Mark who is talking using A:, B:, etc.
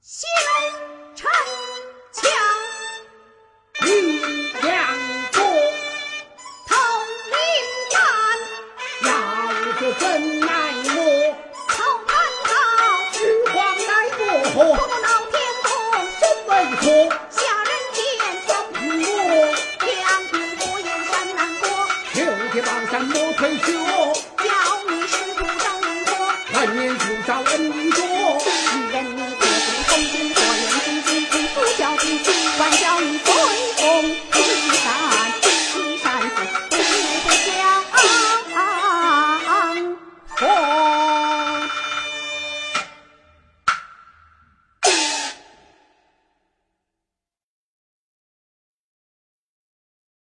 A: 西门城墙
B: 与梁国
A: 统领战，
B: 要是真乃我，
A: 头门高，
B: 始皇乃我何？
A: 不能闹天宫，
B: 真为何
A: 下人间，
B: 当与我？
A: 两军不厌山难过，
B: 求天望山莫推休我，
A: 要
B: 啊